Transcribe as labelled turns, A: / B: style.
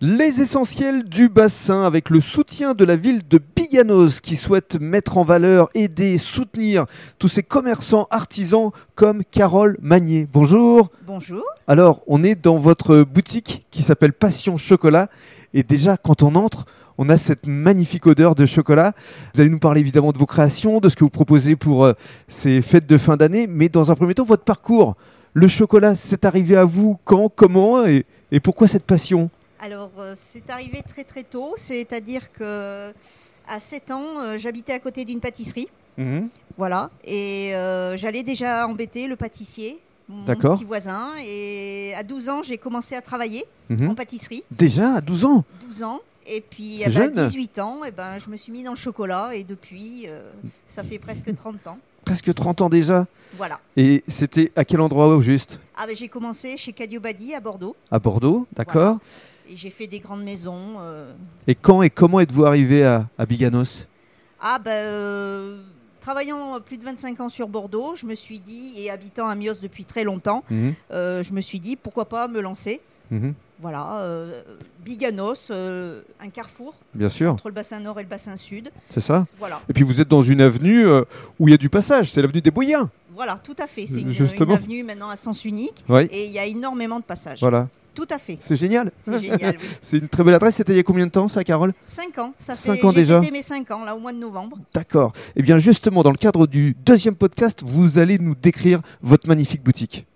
A: Les essentiels du bassin avec le soutien de la ville de Biganos qui souhaite mettre en valeur, aider, soutenir tous ces commerçants artisans comme Carole Magnier. Bonjour.
B: Bonjour.
A: Alors, on est dans votre boutique qui s'appelle Passion Chocolat et déjà quand on entre, on a cette magnifique odeur de chocolat. Vous allez nous parler évidemment de vos créations, de ce que vous proposez pour euh, ces fêtes de fin d'année, mais dans un premier temps, votre parcours. Le chocolat, c'est arrivé à vous quand, comment et, et pourquoi cette passion
B: Alors, euh, c'est arrivé très très tôt, c'est-à-dire que à 7 ans, euh, j'habitais à côté d'une pâtisserie, voilà, et euh, j'allais déjà embêter le pâtissier, mon
A: D'accord.
B: petit voisin, et à 12 ans, j'ai commencé à travailler
A: Mhm.
B: en pâtisserie,
A: Déjà à 12 ans
B: 12 ans. Et puis,
A: C'est
B: eh ben,
A: jeune.
B: à 18 ans, eh ben, je me suis mis dans le chocolat et depuis, euh, ça fait presque 30 ans.
A: Presque 30 ans déjà
B: Voilà.
A: Et c'était à quel endroit au juste
B: Ah, ben, j'ai commencé chez Cadiobadi à Bordeaux
A: À Bordeaux, d'accord
B: et j'ai fait des grandes maisons. euh,
A: Et quand et comment êtes-vous arrivé à, à Biganos
B: Ah ben, euh, travaillant plus de 25 ans sur Bordeaux, je me suis dit, et habitant à Mios depuis très longtemps,
A: Mhm,
B: euh, je me suis dit, pourquoi pas me lancer
A: mhm,
B: Voilà, euh, Biganos, euh, un carrefour
A: Bien sûr,
B: entre le bassin nord et le bassin sud.
A: c'est ça.
B: Voilà,
A: Et puis vous êtes dans une avenue euh, où il y a du passage, c'est l'avenue des Bouillins.
B: voilà, tout à fait. C'est une,
A: Justement.
B: une avenue maintenant à sens unique
A: Oui,
B: et il y a énormément de passages.
A: voilà.
B: Tout à fait.
A: C'est génial.
B: C'est génial. oui.
A: C'est une très belle adresse. C'était il y a combien de temps ça, Carole
B: 5 ans, ça fait
A: Cinq ans
B: j'ai
A: déjà.
B: fêté mes 5 ans là au mois de novembre.
A: D'accord. Eh bien justement, dans le cadre du deuxième podcast, vous allez nous décrire votre magnifique boutique.